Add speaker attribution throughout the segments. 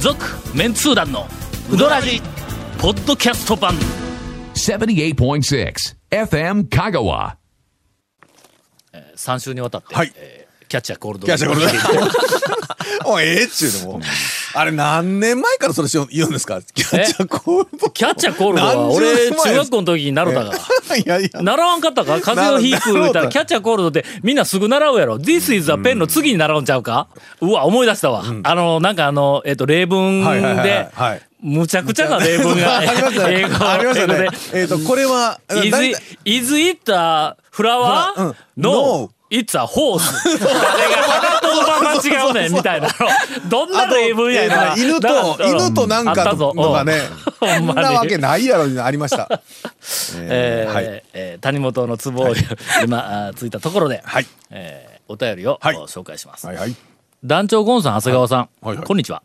Speaker 1: 続メンツー団のウドラジポッドキャスト版
Speaker 2: 78.6 FM Kagawa.
Speaker 1: 3週にわたって、
Speaker 3: はい
Speaker 1: えーキャッチャーコールド
Speaker 3: キャッチャーゴール ド。おい、ええっちゅうのも。 あれ何年前からそれしよう言うんですかキャッチャーコールド。
Speaker 1: キャッチャーコールドは
Speaker 3: 何十
Speaker 1: 俺
Speaker 3: 年前
Speaker 1: 中学校の時に習った から
Speaker 3: いやいや。
Speaker 1: 習わん かったか風邪をひく言うたら
Speaker 3: な
Speaker 1: キャッチャーコールドってみんなすぐ習うやろ This is a pen の次に習うんちゃうかうわ思い出したわ、あのなんかあのえっ、と例文
Speaker 3: はいはいはい
Speaker 1: で
Speaker 3: はいはい
Speaker 1: むちゃくちゃな例文が
Speaker 3: ありましたね。
Speaker 1: 英語
Speaker 3: ありました
Speaker 1: 英
Speaker 3: ね
Speaker 1: 語で。
Speaker 3: えっと、これは、
Speaker 1: 「Is
Speaker 3: 大
Speaker 1: it,
Speaker 3: 体
Speaker 1: is it a flower?、
Speaker 3: うん
Speaker 1: no
Speaker 3: No
Speaker 1: it's a horse」誰が花と馬間違うねんみたいなのどんな例文や
Speaker 3: あ
Speaker 1: な
Speaker 3: といや犬と、犬となん
Speaker 1: あっ
Speaker 3: か
Speaker 1: たぞ
Speaker 3: とかね。
Speaker 1: ほんま
Speaker 3: そ
Speaker 1: に
Speaker 3: んなわけないやろ、ありました。
Speaker 1: えー
Speaker 3: はい
Speaker 1: えー谷本のツボを今、あーついたところで、
Speaker 3: はい
Speaker 1: えーお便りを、
Speaker 3: はい
Speaker 1: お紹介します、
Speaker 3: はいはい。
Speaker 1: 団長ゴンさん長谷川さん、
Speaker 3: はいはい
Speaker 1: こんにちは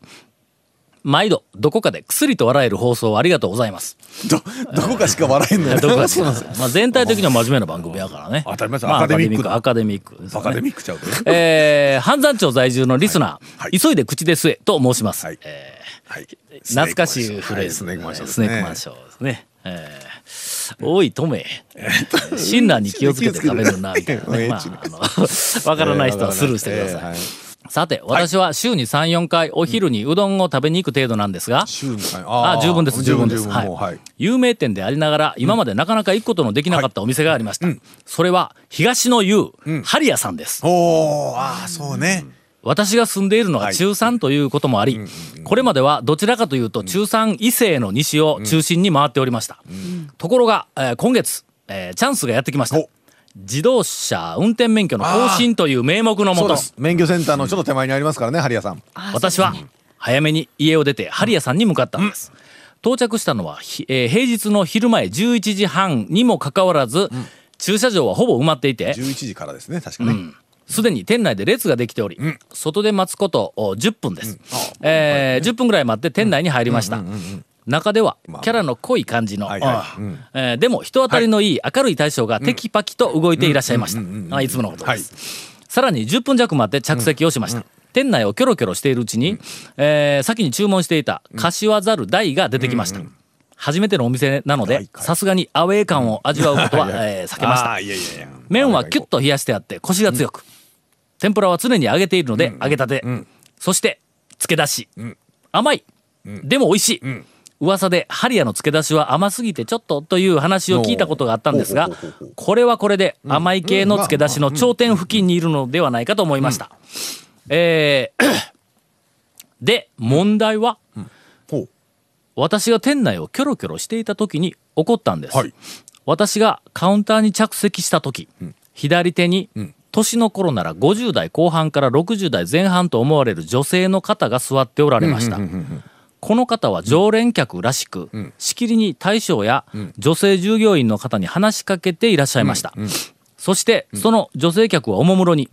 Speaker 1: 毎度どこかで薬と笑える放送をありがとうございます
Speaker 3: ど、どこかしか笑えんのよ
Speaker 1: どこ かし
Speaker 3: そう
Speaker 1: ら
Speaker 3: なんですよ
Speaker 1: まあ全体的には真面目な番組やからね
Speaker 3: 当たり前です
Speaker 1: まあ
Speaker 3: アカデミックな
Speaker 1: アカデミックですよ
Speaker 3: バ
Speaker 1: ね
Speaker 3: カデミックちゃうで。
Speaker 1: えー、半山町在住のリスナー、
Speaker 3: はいはい
Speaker 1: 急いで口で吸えと申します、
Speaker 3: はい
Speaker 1: えー
Speaker 3: はい
Speaker 1: 懐かしいフレーズ。
Speaker 3: スネークマンション。
Speaker 1: スネークマンションですね。えーおい、止め。親鸞に気をつけて食べるな、みたいなね。まあ、あの、わからない人はスルーしてくだ
Speaker 3: えー
Speaker 1: さ
Speaker 3: はいい。
Speaker 1: さて、私は週に3、4回お昼にうどんを食べに行く程度なんですが、
Speaker 3: 週に回
Speaker 1: あ十分です、十分です。
Speaker 3: もう
Speaker 1: は
Speaker 3: はいい。。
Speaker 1: 有名店でありながら、今までなかなか行くことのできなかったお店がありました。それは、東の湯、ハリアさんです。
Speaker 3: おー、ああ、そうね。
Speaker 1: 私が住んでいるのが中3ということもあり、これまではどちらかというと中3以西の西を中心に回っておりました、ところが、えー今月、えーチャンスがやってきました
Speaker 3: お
Speaker 1: 自動車運転免許の更新という名目の
Speaker 3: そ
Speaker 1: も
Speaker 3: う
Speaker 1: と
Speaker 3: です。免許センターのちょっと手前にありますからね、ハリアさん。
Speaker 1: 私は早めに家を出てハリアさんに向かったんです、到着したのはひ、えー平日の昼前11時半にもかかわらず、駐車場はほぼ埋まっていて
Speaker 3: 11時からですね、確かね。
Speaker 1: すでに店内で列ができており、外で待つことお10分です、えー10分ぐらい待って店内に入りました、中では
Speaker 3: まあ
Speaker 1: キャラの濃い感じの、
Speaker 3: はいはい
Speaker 1: ああえーでも人当たりのいい明るい大将がテキパキと動いていらっしゃいました、あいつものことです、さらに10分弱待って着席をしました、店内をキョロキョロしているうちに、えー先に注文していた柏猿大が出てきました、初めてのお店なのでさすがにアウェー感を味わうことは、えー避けました
Speaker 3: あーいやいやいや。
Speaker 1: 麺はキュッと冷やしてあってコシが強く、天ぷらは常に揚げているので揚げたて、そして漬け出し、甘い、でも美味しい、噂でハリアの漬け出しは甘すぎてちょっとという話を聞いたことがあったんですが
Speaker 3: ほうほうほうほう
Speaker 1: これはこれで甘い系の漬け出しの頂点付近にいるのではないかと思いました、えーで問題は、
Speaker 3: ほう。
Speaker 1: 私が店内をキョロキョロしていた時に起こったんです、
Speaker 3: はい
Speaker 1: 私がカウンターに着席した時、左手に、年の頃なら50代後半から60代前半と思われる女性の方が座っておられました、この方は常連客らしく、しきりに大将や女性従業員の方に話しかけていらっしゃいました、そして、その女性客はおもむろに、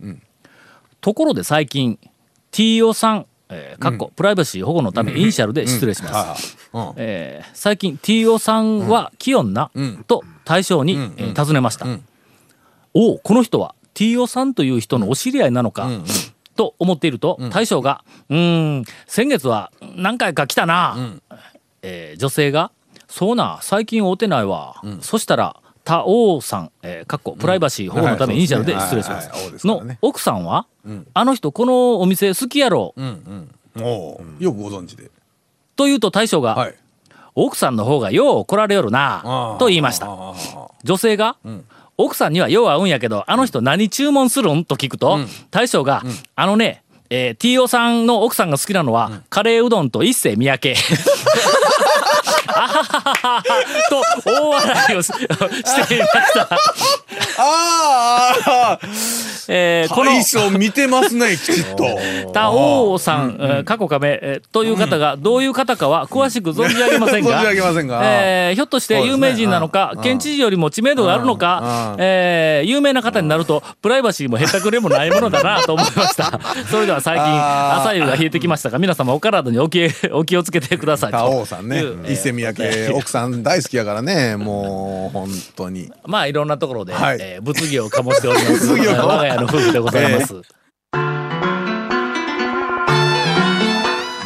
Speaker 1: ところで最近 TO さん、えー、かっこ、プライバシー保護のためイニシャルで失礼します、
Speaker 3: うん。
Speaker 1: えー最近 TO さんはキヨンな、と大将に、えー尋ねました、おおこの人は TO さんという人のお知り合いなのか、と思っていると、大将が「うーん先月は何回か来たな」えー女性が「そうな最近会うてないわ」そしたら「タオウさん」えーかっこプライバシー保護のためイニシャルで失礼しま
Speaker 3: はいはいは
Speaker 1: す
Speaker 3: いはいそうですから
Speaker 1: の
Speaker 3: ね
Speaker 1: 奥さんは、あの人このお店好きやろ」
Speaker 3: おーよくご存知で。
Speaker 1: と言うと大将が「
Speaker 3: はい。
Speaker 1: 奥さんの方がよう怒られよるな
Speaker 3: あー
Speaker 1: と言いました女性が、奥さんにはよう合うんやけどあの人何注文するんと聞くと、大将が、あのねえー、T.O. さんの奥さんが好きなのは、カレーうどんと一世三宅。あははははと大笑いをししていました。
Speaker 3: ああ
Speaker 1: えーこの
Speaker 3: 大将見てま すね、きちっと。
Speaker 1: 田王さん、えー過去亀、えーという方がどういう方かは詳しく存じ上げませんが、
Speaker 3: 存じ上げませんが
Speaker 1: えーひょっとして有名人なのか、県知事よりも知名度があるのか、えー有名な方になると、プライバシーもへったくれもないものだなと思いました。 それでは最近、
Speaker 3: あー
Speaker 1: 朝夕が冷えてきましたが、皆様お体にお気 お気をつけてくださいと。
Speaker 3: タオさんね
Speaker 1: いう。えー
Speaker 3: 伊勢三宅、奥さん大好きやからね、もう、本当に。
Speaker 1: まあいろんなところで、
Speaker 3: はい
Speaker 1: えー物議を醸しております
Speaker 3: 物議を
Speaker 1: 我が家の夫婦でございます。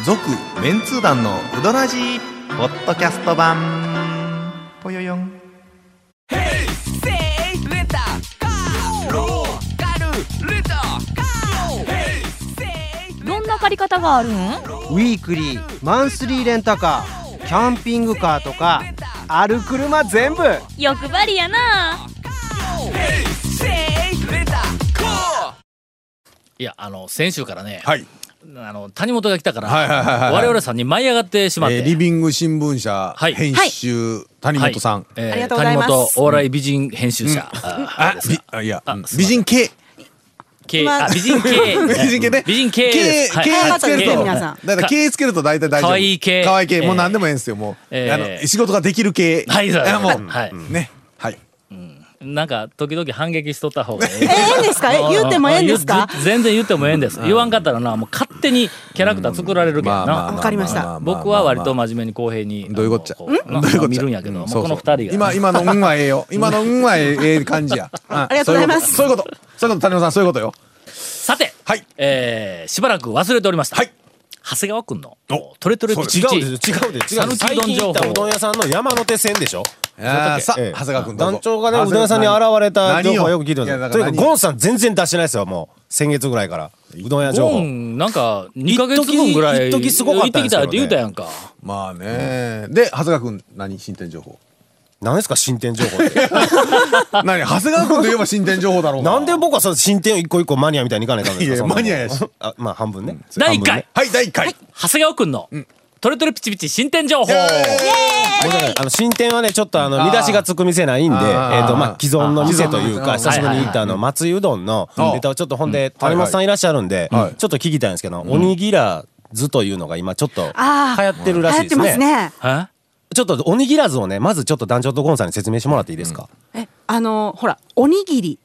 Speaker 3: 続、
Speaker 4: メンツー団のウドラジーポッドキャスト版ぽよよん
Speaker 5: どんな借り方があるん
Speaker 6: ウィークリーマンスリーレンタカーキャンピングカーとかある車全部
Speaker 5: 欲張りやない
Speaker 1: や、あの、先週からね、
Speaker 3: はい。
Speaker 1: あの、谷本が来たから、
Speaker 3: はいはいはいはい
Speaker 1: 我々さんに舞い上がってしまって。
Speaker 3: えーリビング新聞社
Speaker 1: はい
Speaker 3: 編集、谷
Speaker 1: はい
Speaker 3: 本さん。
Speaker 1: えー
Speaker 7: ありがとうございます
Speaker 1: 谷本お笑い美人編集者。あ
Speaker 3: あ
Speaker 1: です
Speaker 3: び
Speaker 1: か
Speaker 3: あ、いや、うん
Speaker 1: すいません
Speaker 3: 美人系。
Speaker 1: 系、
Speaker 7: まあ
Speaker 1: あ、美人系。
Speaker 3: 美人系ね。
Speaker 1: 美人系で
Speaker 3: 系、
Speaker 1: す。
Speaker 3: 系
Speaker 1: はい
Speaker 3: つける
Speaker 7: よ
Speaker 3: と。
Speaker 7: 皆
Speaker 3: だ
Speaker 7: さん
Speaker 3: から系つけると大体大丈
Speaker 1: か
Speaker 3: 夫。
Speaker 1: わいい系
Speaker 3: かわいい系。もう
Speaker 1: えー
Speaker 3: 何でもええんですよ、もう。
Speaker 1: えー
Speaker 3: あの、仕事ができる系。
Speaker 1: はいそうです
Speaker 3: やもう、
Speaker 1: はい
Speaker 3: ね。はい。
Speaker 1: なんか、時々反撃しとった方がいい。え
Speaker 7: ええんですかえ言ってもええんですか
Speaker 1: 全然言ってもええんです。言わんかったらな、もう勝手にキャラクター作られるけどな。
Speaker 7: わかりました
Speaker 1: 僕は割と真面目に公平に。
Speaker 3: どういうこっちゃ
Speaker 1: あのうな
Speaker 3: どういうこっ
Speaker 1: 見
Speaker 3: ちゃ
Speaker 1: るんやけど、もう
Speaker 3: そう
Speaker 1: こ
Speaker 3: そ
Speaker 1: の
Speaker 3: う
Speaker 1: 二人がね。
Speaker 3: 今、今の運はええ よ。今の運はええええ感じ や。あ
Speaker 7: ありがとうございます
Speaker 3: そういうこと。そういうこと、谷本さん、そういうことよ。
Speaker 1: さて、
Speaker 3: はい
Speaker 1: えーしばらく忘れておりました。
Speaker 3: はい
Speaker 1: 長谷川くんの
Speaker 3: お、
Speaker 1: トレトレプチ
Speaker 8: 違
Speaker 1: プ
Speaker 8: う
Speaker 1: チ。
Speaker 8: でしょ違うでしょ違うでしょ
Speaker 1: 讃岐う
Speaker 8: 最
Speaker 1: どん
Speaker 8: 近
Speaker 1: 情
Speaker 8: 行
Speaker 1: 報
Speaker 8: ったうどん屋さんの山手線でしょ
Speaker 3: あーさあ、
Speaker 8: ええ
Speaker 3: 長谷川君どうぞ
Speaker 8: 団長がね、うどん屋さんに現れた情報はよく聞いて
Speaker 3: いやだ
Speaker 8: ま
Speaker 3: か
Speaker 8: す。と
Speaker 3: ら
Speaker 8: に
Speaker 3: 何
Speaker 8: かく、ゴンさん全然出してないですよ、もう。先月ぐらいから。うどん屋情
Speaker 1: ゴ
Speaker 8: 報。
Speaker 1: ン、なんか、2ヶ月分ぐらい、
Speaker 8: 一時すごかったんですけ
Speaker 1: 行っ
Speaker 8: どね
Speaker 1: てきたって言うたやんか。
Speaker 3: まあね。で、長谷川君、何進展情報
Speaker 8: 何ですか、進展情報 って。
Speaker 3: 何長谷川君といえば進展情報だろうが
Speaker 8: なんで僕はその進展を一個一個マニアみたいにいかないかんです
Speaker 3: いやい
Speaker 8: か
Speaker 3: や
Speaker 8: そんなもん
Speaker 3: マニアやし。
Speaker 8: あまあ、半分ね。
Speaker 1: 第1回、
Speaker 3: はい、第1回。
Speaker 1: 長谷川くんの、トレトレピチピチ進展情報。
Speaker 8: 半分ね申し訳ないあの進展はねちょっとあの見出しがつく店ないんで、え
Speaker 3: あー
Speaker 8: ーとまあ、既存の店という
Speaker 3: あ
Speaker 8: か
Speaker 3: ー
Speaker 8: 久しぶりに行ったあの松井うどんのネタをちょっとほんで谷本さんいらっしゃるんで、
Speaker 3: はい
Speaker 8: ちょっと聞きたいんですけど、おにぎらずというのが今ちょっと流
Speaker 7: あー
Speaker 8: 行ってるらしいです
Speaker 7: 流行
Speaker 8: ね
Speaker 7: ってますね
Speaker 1: え
Speaker 8: ちょっとおにぎらずをねまずちょっと団長とゴンさんに説明してもらっていいですか、
Speaker 7: えあのほらおにぎり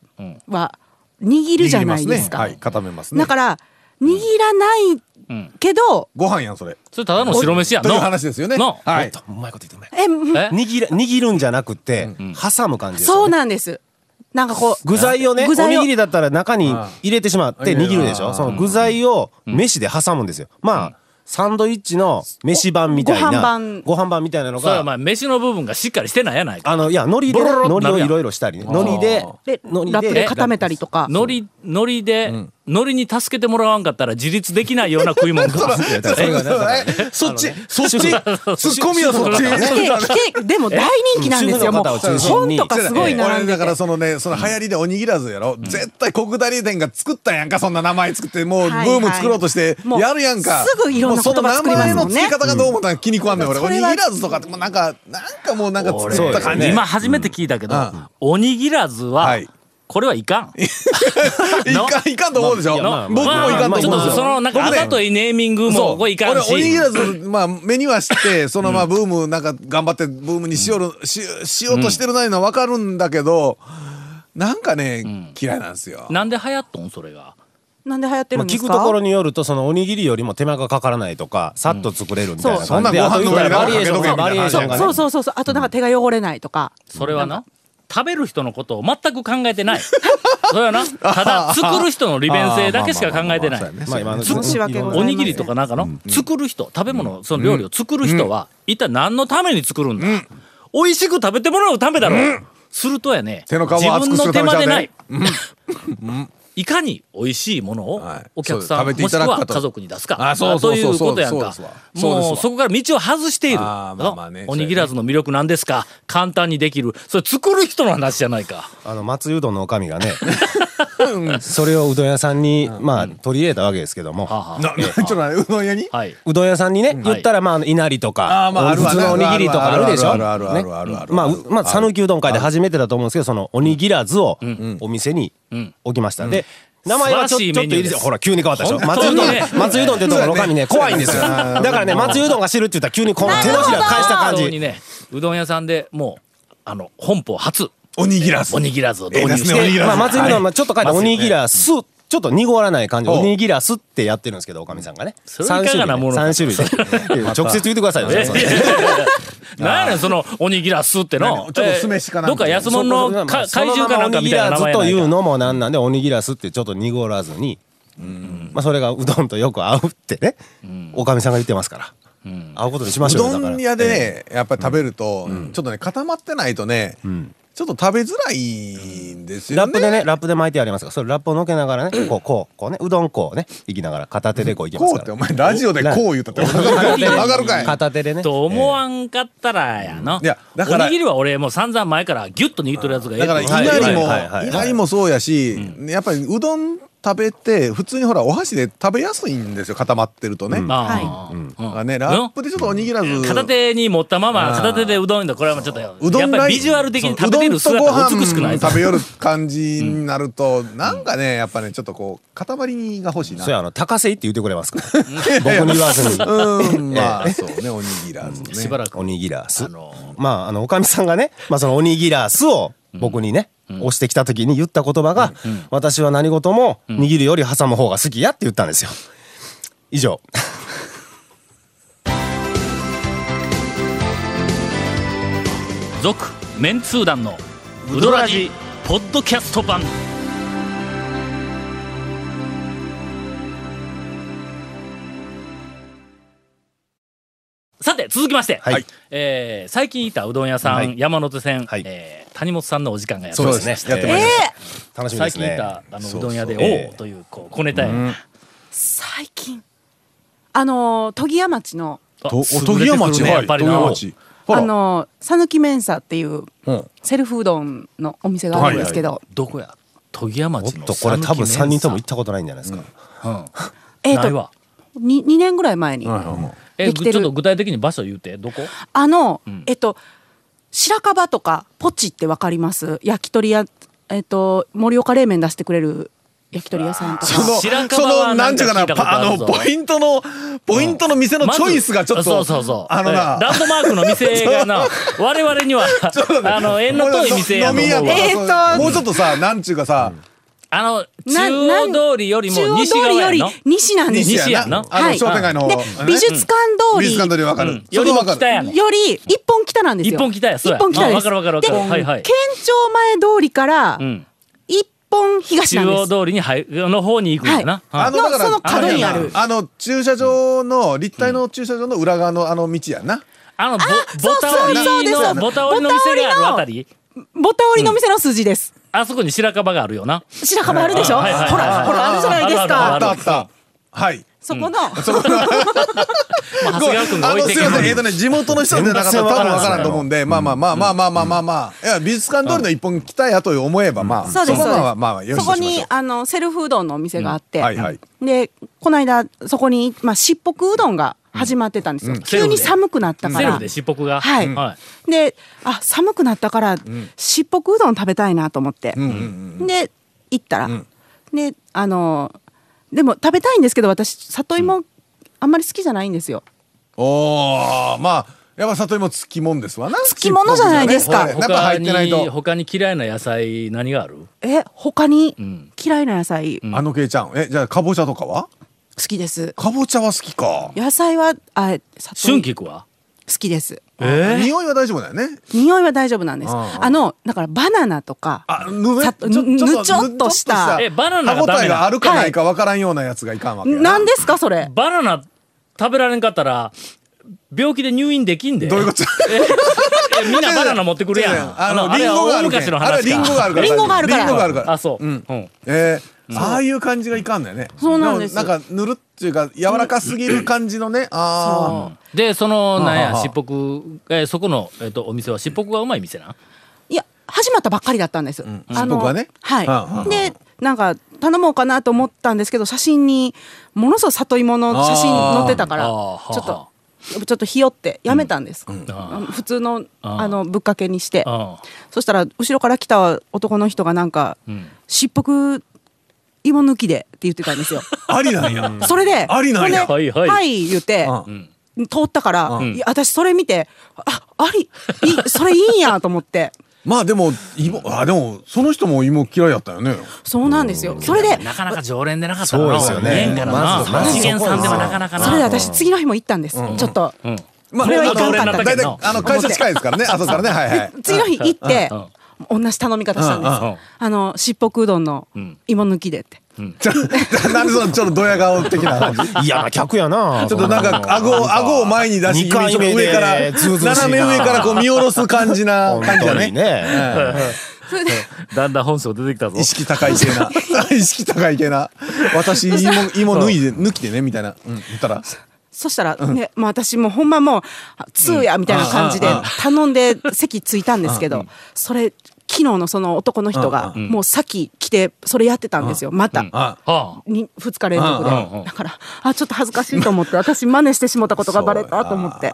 Speaker 7: は握るじゃないです
Speaker 3: 握りますね
Speaker 7: か、
Speaker 3: はい、固めますね。
Speaker 7: だから握らないけど、
Speaker 3: ご飯やん、それ。
Speaker 1: それただの白飯やん
Speaker 3: と
Speaker 1: の。
Speaker 3: いう話ですよね。
Speaker 1: の
Speaker 8: は、
Speaker 3: はいい。
Speaker 8: うまいこと言ってうまい
Speaker 7: えうん
Speaker 1: え
Speaker 8: 握る握るんじゃなくて、挟む感じですよね
Speaker 7: そうなんですなんかこう
Speaker 8: 具材をね
Speaker 7: 具材を
Speaker 8: おにぎりだったら中に入れてしまって握るでしょその具材を飯で挟むんですよまあサンドイッチの飯版みたい
Speaker 7: ご飯
Speaker 8: な
Speaker 7: 版
Speaker 8: ご飯版みたいなの
Speaker 1: それはお前、
Speaker 8: が
Speaker 1: 飯の部分がしっかりしてないやないか。
Speaker 8: あのいや海苔でね
Speaker 1: ボロロロ
Speaker 8: 海
Speaker 1: な
Speaker 8: 苔
Speaker 1: る
Speaker 8: を
Speaker 1: やん
Speaker 8: いろいろしたりね海苔で
Speaker 7: でラ
Speaker 8: 海苔
Speaker 7: ップで固めたりとか
Speaker 1: 海苔、海苔で、海苔に助けてもらわんかったら自立できないような食い物が。
Speaker 3: えそっち、そっち、ツッコミはそっち。
Speaker 7: 聞け聞けでも大人気なんです
Speaker 8: 主婦
Speaker 7: よも
Speaker 8: の
Speaker 7: う
Speaker 8: 方を中心
Speaker 7: 本
Speaker 8: に
Speaker 7: とかすごい並
Speaker 3: 俺
Speaker 7: んで
Speaker 3: だか
Speaker 7: て
Speaker 3: らそのねその流行りでおにぎらずやろ、絶対国大店が作ったやんかそんな名前作ってもうブ
Speaker 7: はい
Speaker 3: ーム作ろうとして
Speaker 7: もう
Speaker 3: やるやんか
Speaker 7: すぐいろんな言葉作りますも
Speaker 3: も
Speaker 7: んね
Speaker 3: うその名前の付け方がどう思ったら気に食わんねん俺お
Speaker 7: そ
Speaker 3: に
Speaker 7: れ
Speaker 3: ぎ
Speaker 7: は
Speaker 3: らずとかってもうなんかなんかもうなんか作
Speaker 8: そ
Speaker 3: っ
Speaker 8: うで
Speaker 3: た
Speaker 8: す
Speaker 3: 感じ
Speaker 8: ね
Speaker 1: 今初めて聞いたけど、
Speaker 3: うん
Speaker 1: おにぎらずは、
Speaker 3: はい
Speaker 1: これはいかん。
Speaker 3: いかんいかんと思うでしょ、
Speaker 8: まあまあ
Speaker 3: 僕もいかんと
Speaker 1: ちょ
Speaker 3: 思
Speaker 1: っ
Speaker 3: うんで
Speaker 1: と
Speaker 3: す
Speaker 1: そ
Speaker 3: よ、
Speaker 1: の、なんか、あ
Speaker 3: 僕ね
Speaker 1: ざといネーミングも、これいかんし。
Speaker 3: 俺、おにぎらず、まあ、目にはして、そのまあ、ブーム、なんか、頑張って、ブームにしよる、し、しようとしてるないうのはわかるんだけど、なんかね、嫌いなんですよ。
Speaker 1: なんで流行っとんそれが。
Speaker 7: なんで流行って
Speaker 8: ま
Speaker 7: る
Speaker 8: あ
Speaker 7: んで
Speaker 8: 聞
Speaker 7: す
Speaker 8: く
Speaker 7: か
Speaker 8: ところによるとそのおにぎりよりも手間がかからないとかさっと作れるみたいな
Speaker 3: そ
Speaker 8: 感
Speaker 3: ん
Speaker 8: じ
Speaker 3: なご
Speaker 8: で
Speaker 3: 飯の上
Speaker 8: あと
Speaker 3: に
Speaker 8: バリエーションが
Speaker 3: バ
Speaker 8: バ
Speaker 3: リ
Speaker 8: リ
Speaker 3: エ
Speaker 8: エ
Speaker 3: ー
Speaker 8: ー
Speaker 3: シ
Speaker 8: シ
Speaker 3: ョ
Speaker 8: ョ
Speaker 3: ン
Speaker 8: ン
Speaker 3: が
Speaker 8: が
Speaker 7: そう
Speaker 8: ね
Speaker 7: そうそうそうあとなんか手が汚れないとか
Speaker 1: それはな、食べる人のことを全く考えてない。それはな、ただ、作る人の利便性だけしか考えてない。
Speaker 8: まあ今の
Speaker 7: 申し訳ございません
Speaker 1: おにぎりとかなんかの、作る人、食べ物、その料理を作る人は、一体何のために作るんだ、美味しく食べてもらうためだろ、うするとやね、
Speaker 3: 手の皮を厚くする
Speaker 1: 自
Speaker 3: た
Speaker 1: 分の
Speaker 3: めち
Speaker 1: 手
Speaker 3: ゃ
Speaker 1: 間
Speaker 3: う
Speaker 1: で
Speaker 3: で
Speaker 1: ない。いかに美味しいものを
Speaker 3: はい
Speaker 1: お客さん、
Speaker 3: そうです
Speaker 1: もしく
Speaker 3: 食べていただく
Speaker 1: は
Speaker 3: かと
Speaker 1: 家族に出すか
Speaker 3: あそうそ
Speaker 1: と
Speaker 3: う
Speaker 1: い
Speaker 3: そう
Speaker 1: う
Speaker 3: そ
Speaker 1: こ
Speaker 3: う
Speaker 1: とやん
Speaker 3: そうで
Speaker 1: か
Speaker 3: すわそうです
Speaker 1: もう
Speaker 3: わ
Speaker 1: そこから道を外している
Speaker 3: あーまあまあね
Speaker 1: おにぎらずの魅力なんですか簡単にできるそれ作る人の話じゃないか
Speaker 8: あの松井うどんのおかみがねそれをうどん屋さんにまあ取り入れたわけですけども、
Speaker 1: はあはあ
Speaker 3: な、なちょっとな、うどん屋に
Speaker 1: はいう
Speaker 8: どん屋さんにね、
Speaker 1: ん
Speaker 8: 言ったらまあいなりとか、
Speaker 3: あーまああるわ
Speaker 8: 普通のおにぎりとかあるでしょ
Speaker 3: あるあるあるある
Speaker 8: ね
Speaker 3: あるあるある
Speaker 8: まあ
Speaker 3: あ
Speaker 8: う
Speaker 3: る
Speaker 8: まあ讃岐うどん会で初めてだと思うんですけどそのおにぎらずをお店に
Speaker 1: ん
Speaker 8: 置きました、で名前はちょ
Speaker 1: 素晴らしい
Speaker 8: ちょ
Speaker 1: メ
Speaker 8: っ
Speaker 1: ニ
Speaker 8: と
Speaker 1: ュ
Speaker 8: い
Speaker 1: ー
Speaker 8: い
Speaker 1: です
Speaker 8: ですよほら急に変わったでしょ
Speaker 1: 本当
Speaker 8: 松井うどん、
Speaker 1: ね
Speaker 8: 松井うどんってところのおかみね怖いんですよだからね松井うどんが知るって言ったら急にこの手のひら返した感
Speaker 1: 本当
Speaker 8: じ
Speaker 1: にねうどん屋さんでもうあの本邦初
Speaker 3: おにぎらず。
Speaker 1: おにぎらずを導
Speaker 3: ええ
Speaker 1: 入
Speaker 3: で
Speaker 1: し
Speaker 3: すねおにぎ
Speaker 1: て
Speaker 3: ら
Speaker 8: まあ、松井うどん、まあ、ちょっと書いて、
Speaker 1: はい
Speaker 8: おにぎらす、ちょっと濁らない感じ、
Speaker 3: おう
Speaker 8: おにぎらすってやってるんですけど、おかみさんがね。
Speaker 1: それはいかがなものか
Speaker 8: 三種類ね。三種類でいや直接言ってください よそれそれ
Speaker 1: 何やねんそのおにぎらすっての
Speaker 3: 何ちょっと酢飯かなんか
Speaker 1: どっか安物のか怪獣かなんかみたいな名前
Speaker 8: そのままおにぎ
Speaker 1: やないか
Speaker 8: らずというのもなんなんで、おにぎらすってちょっと濁らずに、まあ、それがうどんとよく合うってね、おかみさんが言ってますから。会うことにしま
Speaker 3: う
Speaker 8: しょうよ
Speaker 3: ど
Speaker 8: だから
Speaker 3: ん屋でねやっぱり食べると、ちょっとね固まってないとね、ちょっと食べづらいんですよ
Speaker 8: ラップ
Speaker 3: ね。
Speaker 8: でねラップで巻いてありますからそれラップをのけながらねこうこうこうねうどんこうねいきながら片手でこういきます
Speaker 3: こ
Speaker 8: か
Speaker 3: うって
Speaker 8: ら
Speaker 3: お前ラジオでこう言ったってわかるかい
Speaker 8: 片手でね
Speaker 1: と思わんかったらやな、
Speaker 3: いやだから
Speaker 1: おにぎりは俺もう散々前からギュッと握っとるやつがええ
Speaker 3: だから
Speaker 1: と
Speaker 3: い
Speaker 1: 思う
Speaker 3: なりも、
Speaker 8: はいはいはいはい
Speaker 3: いなりもそうやし、やっぱりうどん食べて普通にほらお箸で食べやすいんですよ固まってるとね。だ
Speaker 1: ああ
Speaker 7: は
Speaker 3: からねラップでちょっとおにぎらず、
Speaker 1: 片手に持ったまま片手でうどんだこれはもうちょっと
Speaker 3: うど
Speaker 1: やっ
Speaker 3: ん
Speaker 1: ぱ
Speaker 3: ライ
Speaker 1: りビジュアル的に食べてる
Speaker 3: そううど
Speaker 1: 姿
Speaker 3: んとご
Speaker 1: が
Speaker 3: 飯
Speaker 1: 美しくない
Speaker 3: 食べよる感じになると、なんかねやっぱねちょっとこう塊が欲しいな
Speaker 8: そうやあの高瀬いって言ってくれますから僕に言わず に
Speaker 3: うんまあそうねおにぎらずね
Speaker 1: しばらく
Speaker 8: おにぎらす
Speaker 1: あのー
Speaker 8: まああのおかみさんがねまあそのおにぎらすを僕にね押してきた時に言った言葉が私は何事も握るより挟む方が好きやって言ったんですよ以上
Speaker 1: 続メンツー団のウドラジポッドキャスト版さて続きまして、
Speaker 8: はい
Speaker 1: えー最近いたうどん屋さん、
Speaker 8: はい
Speaker 1: 山手線、
Speaker 8: はい
Speaker 1: えー谷本さんのお時間がやって
Speaker 3: そう
Speaker 1: ま
Speaker 3: で
Speaker 1: いり
Speaker 3: す
Speaker 1: まし
Speaker 3: ねやってまいりました
Speaker 8: 楽しみ
Speaker 1: 最
Speaker 8: です
Speaker 1: 近いた
Speaker 8: ね
Speaker 1: あの
Speaker 3: そううそう
Speaker 1: どん屋で「
Speaker 8: ええ
Speaker 1: おう」というこう小ネタや、
Speaker 7: 最近あの研ぎ屋町の
Speaker 1: あ
Speaker 3: とお
Speaker 1: 優
Speaker 3: と
Speaker 1: れ
Speaker 3: ぎ
Speaker 1: てくる
Speaker 3: や
Speaker 1: ね
Speaker 3: 町はい
Speaker 1: やっぱりな
Speaker 3: とぎや町ほ
Speaker 7: あ
Speaker 3: ら
Speaker 7: の讃岐麺さっていう
Speaker 3: うん
Speaker 7: セルフうどんのお店があるんですけど、
Speaker 1: どこやとぎや
Speaker 8: おっ
Speaker 1: 町の
Speaker 8: とこれ多分3人とも行
Speaker 1: 行
Speaker 8: ったことないんじゃないですか
Speaker 7: えっ、
Speaker 1: ない
Speaker 7: と
Speaker 1: わ
Speaker 7: に 2, 年ぐらい前に、
Speaker 1: え
Speaker 7: で
Speaker 1: ぐ
Speaker 7: き
Speaker 1: ち
Speaker 7: てる
Speaker 1: ょっと具体的に場所言うてどこ
Speaker 7: あの、えっと白樺とかポチってわかります焼き鳥屋えっと盛岡冷麺出してくれる焼き鳥屋さんと
Speaker 3: そ
Speaker 7: か
Speaker 3: の
Speaker 1: 白
Speaker 3: そ
Speaker 1: 樺は
Speaker 3: のなんていうか
Speaker 1: な
Speaker 3: なん
Speaker 1: か聞いたこと
Speaker 3: パ
Speaker 1: あ
Speaker 3: あ
Speaker 1: るぞ
Speaker 3: のポイントのポイントの店のチョイスがちょっと、
Speaker 1: まずそうそうそう
Speaker 3: あのな、
Speaker 1: えランドマークの店が な我々にはあの縁の遠い店や
Speaker 3: 飲
Speaker 1: と
Speaker 3: み屋
Speaker 1: 思
Speaker 3: と
Speaker 1: う
Speaker 3: か
Speaker 1: わ
Speaker 7: えーっと
Speaker 3: もうちょっとさなんちゅうかさ、
Speaker 1: あの
Speaker 7: な
Speaker 1: 中央通りよりも
Speaker 7: 中央
Speaker 1: 西
Speaker 7: 通
Speaker 1: 側
Speaker 7: りよ
Speaker 1: や
Speaker 7: り
Speaker 1: の
Speaker 7: 西なんです
Speaker 1: 西や
Speaker 3: な
Speaker 1: な
Speaker 3: あの
Speaker 7: はい
Speaker 3: 商店街の方、
Speaker 7: で
Speaker 3: あのね
Speaker 7: 美術館通
Speaker 3: 美
Speaker 7: り
Speaker 3: 術館通りわかる、
Speaker 1: よ
Speaker 3: そ
Speaker 1: り
Speaker 3: れ
Speaker 1: も
Speaker 3: わか
Speaker 1: 北
Speaker 3: る
Speaker 1: やねん
Speaker 7: より一本北なんですよ
Speaker 1: 一本北やそうや
Speaker 7: 一本北です
Speaker 1: あわかるわかるわかる
Speaker 7: で
Speaker 1: はいはい
Speaker 7: 県庁前通りから
Speaker 1: うん
Speaker 7: 一本東な
Speaker 1: 中
Speaker 7: ん
Speaker 1: 央
Speaker 7: です
Speaker 1: 通りに入の方に行くんやな
Speaker 7: は
Speaker 1: は
Speaker 3: あ
Speaker 1: い
Speaker 3: のだから
Speaker 7: のその角
Speaker 1: にあ
Speaker 7: る
Speaker 3: あの駐車場の立体の駐車場の裏側のあの道やな、
Speaker 1: あのぼ
Speaker 7: そ
Speaker 1: ボ
Speaker 7: う
Speaker 1: タ折
Speaker 7: そう
Speaker 1: り
Speaker 7: です
Speaker 1: のボタ折りの店があるあたり
Speaker 7: ボタ折りの店の筋です
Speaker 1: あそこに白樺があるよな
Speaker 7: 白樺あるでしょ
Speaker 1: あ
Speaker 7: ほ
Speaker 1: はいはい
Speaker 7: ら
Speaker 1: はい
Speaker 7: ほらあるじゃないです
Speaker 1: あ
Speaker 3: あ
Speaker 7: か
Speaker 1: る
Speaker 3: った
Speaker 1: あ
Speaker 3: あ
Speaker 1: る
Speaker 3: ったはい
Speaker 7: そこの
Speaker 1: まあ長谷川君が
Speaker 3: あ
Speaker 1: 置
Speaker 3: の
Speaker 1: い
Speaker 3: す
Speaker 1: て
Speaker 3: い
Speaker 1: け
Speaker 3: ません、え
Speaker 1: へ
Speaker 3: っとね、地元の人じゃなかったら多分わからんと思うんで、まあまあまあまあまあまあまあまあ、いや、美術館通りの一本来たやと思えば、まあ、
Speaker 7: そうです
Speaker 3: こはま
Speaker 7: そ
Speaker 3: あまあまあ、
Speaker 7: う
Speaker 3: よ
Speaker 7: です
Speaker 3: しと
Speaker 7: そこ
Speaker 3: しまし
Speaker 7: に
Speaker 3: ょ
Speaker 7: あのセルフうどんのお店があって
Speaker 3: うんはいはい
Speaker 7: でこの間そこにまあしっぽくうどんが始まってたんですよ
Speaker 1: セル
Speaker 7: 急
Speaker 1: フで
Speaker 7: に寒くなった
Speaker 1: ん
Speaker 7: か
Speaker 1: セル
Speaker 7: ら
Speaker 1: フでしっぽくが
Speaker 7: はいであ寒くなったからしっぽくうどん食べたいなと思って、で行ったら、であのでも食べたいんですけど私里芋あんまり好きじゃないんですよ。
Speaker 3: う。おー、まあ、やっぱ里芋つきもんですわな。つ
Speaker 7: きものじゃないですか
Speaker 3: 中入ってない
Speaker 1: 他に
Speaker 3: と。
Speaker 1: 他に嫌いな野菜何がある
Speaker 7: え他
Speaker 1: ん
Speaker 7: に嫌いな野菜好
Speaker 3: あのけいちゃん、え、じゃあ、かぼちゃとかは
Speaker 7: きです。
Speaker 3: かぼちゃは好きか。
Speaker 7: 野菜はあ里
Speaker 1: 春
Speaker 7: 芋好
Speaker 1: 菊は
Speaker 7: きです。
Speaker 3: 匂いは大丈夫だよね。
Speaker 7: 匂いは大丈夫なんです。
Speaker 3: あ
Speaker 7: あ
Speaker 3: あ
Speaker 7: のだからバナナとか
Speaker 3: あ、ぬ
Speaker 7: さぬぬちょっとした
Speaker 1: えバナナが
Speaker 3: 歯
Speaker 1: ダメな
Speaker 3: 応
Speaker 1: の
Speaker 3: えがあるかないかわからんようなやつがいかんわけや
Speaker 7: なんですかそれ。
Speaker 1: バナナ食べられんかったら病気で入院できんで
Speaker 3: どういうこと
Speaker 1: ええみんなバナナ持ってくる やん
Speaker 3: あの、
Speaker 1: あ
Speaker 3: リ
Speaker 1: れ
Speaker 3: ン
Speaker 1: は
Speaker 3: ゴがあ
Speaker 1: 大
Speaker 3: るけん
Speaker 1: 昔の
Speaker 3: あれは
Speaker 1: 話
Speaker 3: リンゴがあるから。
Speaker 7: リンゴがあるか
Speaker 3: リ
Speaker 7: ら
Speaker 3: ンゴがあるから。
Speaker 1: あそう、
Speaker 3: ん
Speaker 1: ん
Speaker 3: えー、ああいう感じがいかんだよね。
Speaker 7: そうなんです
Speaker 3: もなんかぬるっていうか柔らかすぎる感じのね。ああ。
Speaker 1: でそのなん
Speaker 3: はあ
Speaker 1: や
Speaker 3: はあ
Speaker 1: しっぽく、えーそこの、えー、とお店はしっぽくがうまい店ない
Speaker 7: や始まったばっかりだったんです。あの
Speaker 3: 僕はね
Speaker 7: はい。
Speaker 3: うんうんうん
Speaker 7: でなんか頼もうかなと思ったんですけど写真にものすごい里芋の写真載ってたからち
Speaker 1: あーあー
Speaker 7: ょっ
Speaker 1: は
Speaker 7: と。ちょっとひよってやめたんです、
Speaker 1: あ
Speaker 7: 普通の
Speaker 1: あー
Speaker 7: あのぶっかけにして
Speaker 1: あー
Speaker 7: そしたら後ろから来た男の人がなんか
Speaker 1: ん
Speaker 7: 「しっぽく芋抜きで」って言ってたんですよ
Speaker 3: ありなんや。
Speaker 7: それで
Speaker 3: ありなんや
Speaker 7: ほんで
Speaker 1: はいはい
Speaker 7: はい」言って通ったからいや私それ見て「あありいそれいいんや」と思って
Speaker 3: まあでも芋あでもその人も芋嫌いやったよね。
Speaker 7: そうなんですよそれで
Speaker 1: なかなか常連でなかったらな
Speaker 8: そうですよね
Speaker 1: 麺からな
Speaker 8: まずまず
Speaker 1: 資源さんではなかなかな
Speaker 7: それで私次の日も行ったんです、ちょっと、
Speaker 3: まあ
Speaker 7: これはい
Speaker 3: あ
Speaker 7: かんかった
Speaker 3: の大体あの会社近いですからね。あそうからね。はい はい。
Speaker 7: 次の日行って、同じ頼み方したんです、
Speaker 1: うんうん
Speaker 7: あのしっぽくうどんの芋抜きでって、
Speaker 3: ちょなんでそのちょっとドヤ顔的な感じ
Speaker 8: 嫌な客やな
Speaker 3: ちょっとなんか顎を顎を前に出し
Speaker 8: 二
Speaker 3: 気味
Speaker 8: 回
Speaker 3: にちょっ
Speaker 8: 目
Speaker 3: と上
Speaker 8: で
Speaker 3: から
Speaker 8: ずうずうしいな
Speaker 3: 斜め上からこう見下ろす感じな
Speaker 8: 本
Speaker 3: 感じだ
Speaker 8: 当
Speaker 3: ね
Speaker 8: にね
Speaker 1: だんだん本性出てきたぞ
Speaker 3: 意識高い系な意識高い系な私芋芋脱いで抜きでねみたいな、うん、言ったら
Speaker 7: そしたら、ね、まあ私もうほんまもう、あ通やみたいな感じで
Speaker 3: うんあ
Speaker 7: 頼んで席着いたんですけど、それ、昨日のその男の人が、もう先来て、それやってたんですよ、また。
Speaker 3: あ
Speaker 1: は
Speaker 7: に2日連続で
Speaker 1: うんうんうん
Speaker 7: だからあちょっと恥ずかしいと 思って私真似してしまったことがバレたと思って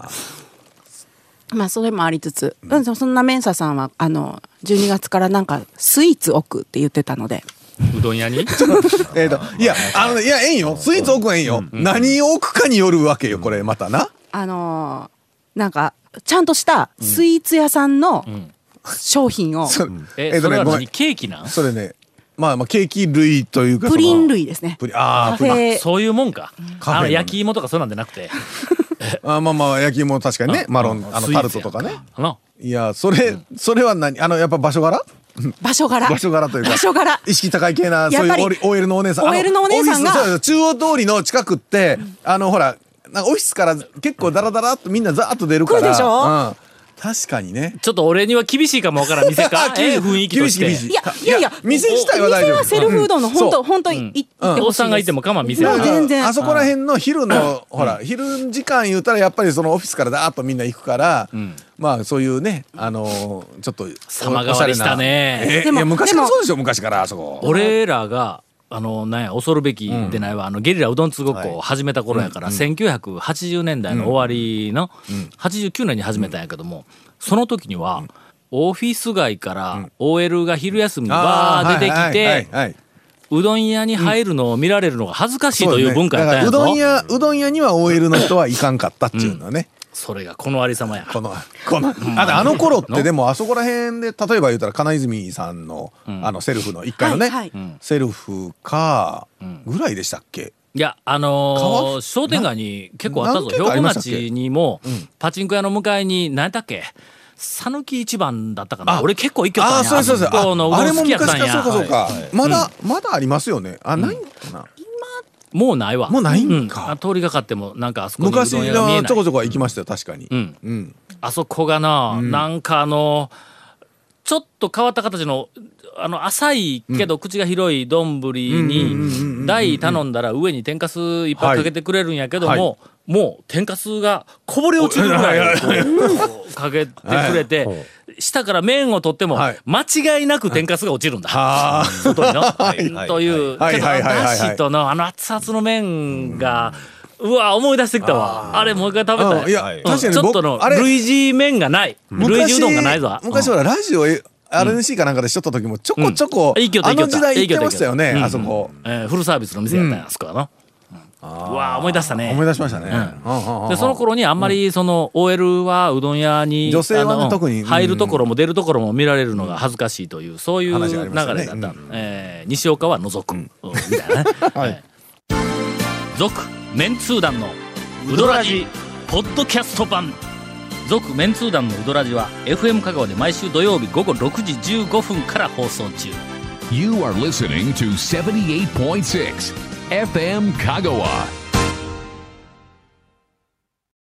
Speaker 7: まあそれもありつつ、うん、そんなメンサさんはあの12月からなんかスイーツ置くって言ってたので
Speaker 1: あうどん屋に
Speaker 3: えー、といやあのねいやええんよスイーツ置くはええんよ、何を置くかによるわけよこれまた な、
Speaker 7: あのーなんかちゃんとしたスイーツ屋さんの商品を、
Speaker 3: そ
Speaker 1: え
Speaker 3: ー
Speaker 1: それは
Speaker 3: ごめ
Speaker 1: 何
Speaker 3: ん
Speaker 1: ケーキなん
Speaker 3: それねまあまあケーキ類というか
Speaker 7: プリン
Speaker 3: 類
Speaker 7: 類ですね
Speaker 3: プリンああ
Speaker 7: カ
Speaker 3: プ
Speaker 7: フ
Speaker 3: リン
Speaker 7: ェ
Speaker 1: そういうもんかあ
Speaker 3: カフェの
Speaker 1: の
Speaker 3: ね
Speaker 1: 焼き芋とかそうなんじゃなくて
Speaker 3: あまあまあ焼き芋確かにねマロンあの
Speaker 1: スイーツや
Speaker 3: タ
Speaker 1: ん
Speaker 3: ルトとかね
Speaker 1: あの
Speaker 3: いやそれ、それは何あのやっぱ場所柄
Speaker 7: 場所柄
Speaker 3: 場所柄というか
Speaker 7: 場所柄
Speaker 3: 意識高い系な
Speaker 7: や
Speaker 3: そう
Speaker 7: っぱり
Speaker 3: いう OL のお姉さん
Speaker 7: OL のお姉さんが
Speaker 3: あのオフィスそうです中央通りの近くってあのほらなんかオフィスから結構ダラダラっとみんなザーッと出るから
Speaker 7: 来るでしょ
Speaker 3: うん、確かにね
Speaker 1: ちょっと俺には厳しいかもわからん店 かええ雰囲気として
Speaker 3: 厳しい厳し
Speaker 7: いやいやいや
Speaker 3: 店自体は大丈夫
Speaker 7: お店はセルフうどんの本当
Speaker 3: うん
Speaker 7: 本当にい行って
Speaker 1: お
Speaker 7: ほ
Speaker 1: っ
Speaker 7: しい
Speaker 1: さんがいても我慢店
Speaker 7: も
Speaker 1: や
Speaker 7: う
Speaker 1: な
Speaker 7: 全然
Speaker 3: あそこら辺の昼の、ほら、昼時間言うたらやっぱりそのオフィスからだーっとみんな行くから、まあそういうね、あのーちょっとお、
Speaker 1: 様変わりしたね
Speaker 3: おしゃれなえ
Speaker 7: で
Speaker 3: い
Speaker 7: も
Speaker 3: や、昔か
Speaker 7: で
Speaker 3: ら
Speaker 7: も
Speaker 3: そうでしょ、昔からあそこ。
Speaker 1: 俺らがあのなんや恐るべきでないわ、あのゲリラうどんつごっこを始めた頃やから、1980年代の終わりの、89年に始めたんやけども、その時には、オフィス街から OL が昼休みにバー出てきて、
Speaker 3: あーはいはいはいはいう
Speaker 1: どん屋に入るのを見られるのが恥ずかしい
Speaker 3: そ
Speaker 1: と
Speaker 3: う
Speaker 1: い
Speaker 3: です
Speaker 1: う
Speaker 3: ね
Speaker 1: 文化やっ
Speaker 3: だ
Speaker 1: た
Speaker 3: か
Speaker 1: ん
Speaker 3: ら
Speaker 1: や
Speaker 3: うどん
Speaker 1: ぞ、
Speaker 3: 屋、うどん屋には OL の人はいかんかったっていうのはね。
Speaker 1: それがこのありさまや
Speaker 3: この、この、あであの頃ってでもあそこら辺で、例えば言うたら金泉さんの、あのセルフの1階のね、
Speaker 7: はいはい
Speaker 3: セルフか、ぐらいでしたっけ
Speaker 1: いやあのー
Speaker 3: 川
Speaker 1: 商店街に結構あったぞ
Speaker 3: 何
Speaker 1: 兵
Speaker 3: 軒かあ
Speaker 1: 庫
Speaker 3: りましたっけ
Speaker 1: 町にも、パチンコ屋の向かいに何やったっけ讃岐一番だったかな俺結構行けたんや
Speaker 3: あーそうそうそう
Speaker 1: あそこのう
Speaker 3: ああ
Speaker 1: ど
Speaker 3: れ
Speaker 1: ん
Speaker 3: も
Speaker 1: 好きや
Speaker 3: 昔
Speaker 1: ったん
Speaker 3: から
Speaker 1: や
Speaker 3: そうかそうか、まだ、まだありますよねあないんかな、
Speaker 1: もうないわ
Speaker 3: もうないんか
Speaker 1: うあ通りがかってもなんかあそこにう
Speaker 3: 昔
Speaker 1: どん屋が見え
Speaker 3: は
Speaker 1: な
Speaker 3: ちょこ
Speaker 1: い
Speaker 3: ちょこは行きましたよ確かに、
Speaker 1: うん
Speaker 3: うん
Speaker 1: あそこがな、なんかあのちょっと変わった形のあの浅いけど口が広い丼に台頼んだら上に天かすいっぱいかけてくれるんやけども、
Speaker 3: はいは
Speaker 1: もう天かすがこぼれ落ちるぐらいこうかけてくれて、下から麺を取っても
Speaker 3: はい
Speaker 1: 間違いなく天かすが落ちるんだ。
Speaker 3: ああ
Speaker 1: 外にの、という、
Speaker 3: はい
Speaker 1: けど
Speaker 3: はいはいはい
Speaker 1: だ
Speaker 3: はい
Speaker 1: しとのあの熱々の麺が、うわ思い出してきたわあれもう一回食べた
Speaker 3: うんいや
Speaker 1: うん
Speaker 3: 確かに
Speaker 1: ちょっ
Speaker 3: 僕
Speaker 1: との
Speaker 3: あれ
Speaker 1: 類似麺がない類似うどんがないぞ
Speaker 3: 昔
Speaker 1: うん
Speaker 3: ほらラジオえ RNC かなんかでしとった時もちょこちょこ、
Speaker 1: うんいい京都
Speaker 3: あ
Speaker 1: いい京
Speaker 3: の
Speaker 1: 都
Speaker 3: 時代行ってましたよ
Speaker 1: いい
Speaker 3: ね
Speaker 1: 京都
Speaker 3: あそこ、
Speaker 1: えーフルサービスの店やったんやあそこはなうわ思い出したね
Speaker 3: 思い出しましたね、
Speaker 1: う
Speaker 3: うんうんうん
Speaker 1: でその頃にあんまりその OL はうどん屋に
Speaker 3: 女性はね
Speaker 1: あの
Speaker 3: 特にうん
Speaker 1: 入るところも出るところも見られるのが恥ずかしいというそういう流
Speaker 3: 話があ
Speaker 1: れ
Speaker 3: りま
Speaker 1: だ
Speaker 3: し
Speaker 1: った
Speaker 3: たね
Speaker 1: のえー西岡は除くうんみた いなねはい「続メンツー団のウドラジポッドキャスト版」「続メンツー団のウドラジは FM 香川で毎週土曜日午後6時15分から放送中
Speaker 2: You are listening to 78.6 FM Kagawa.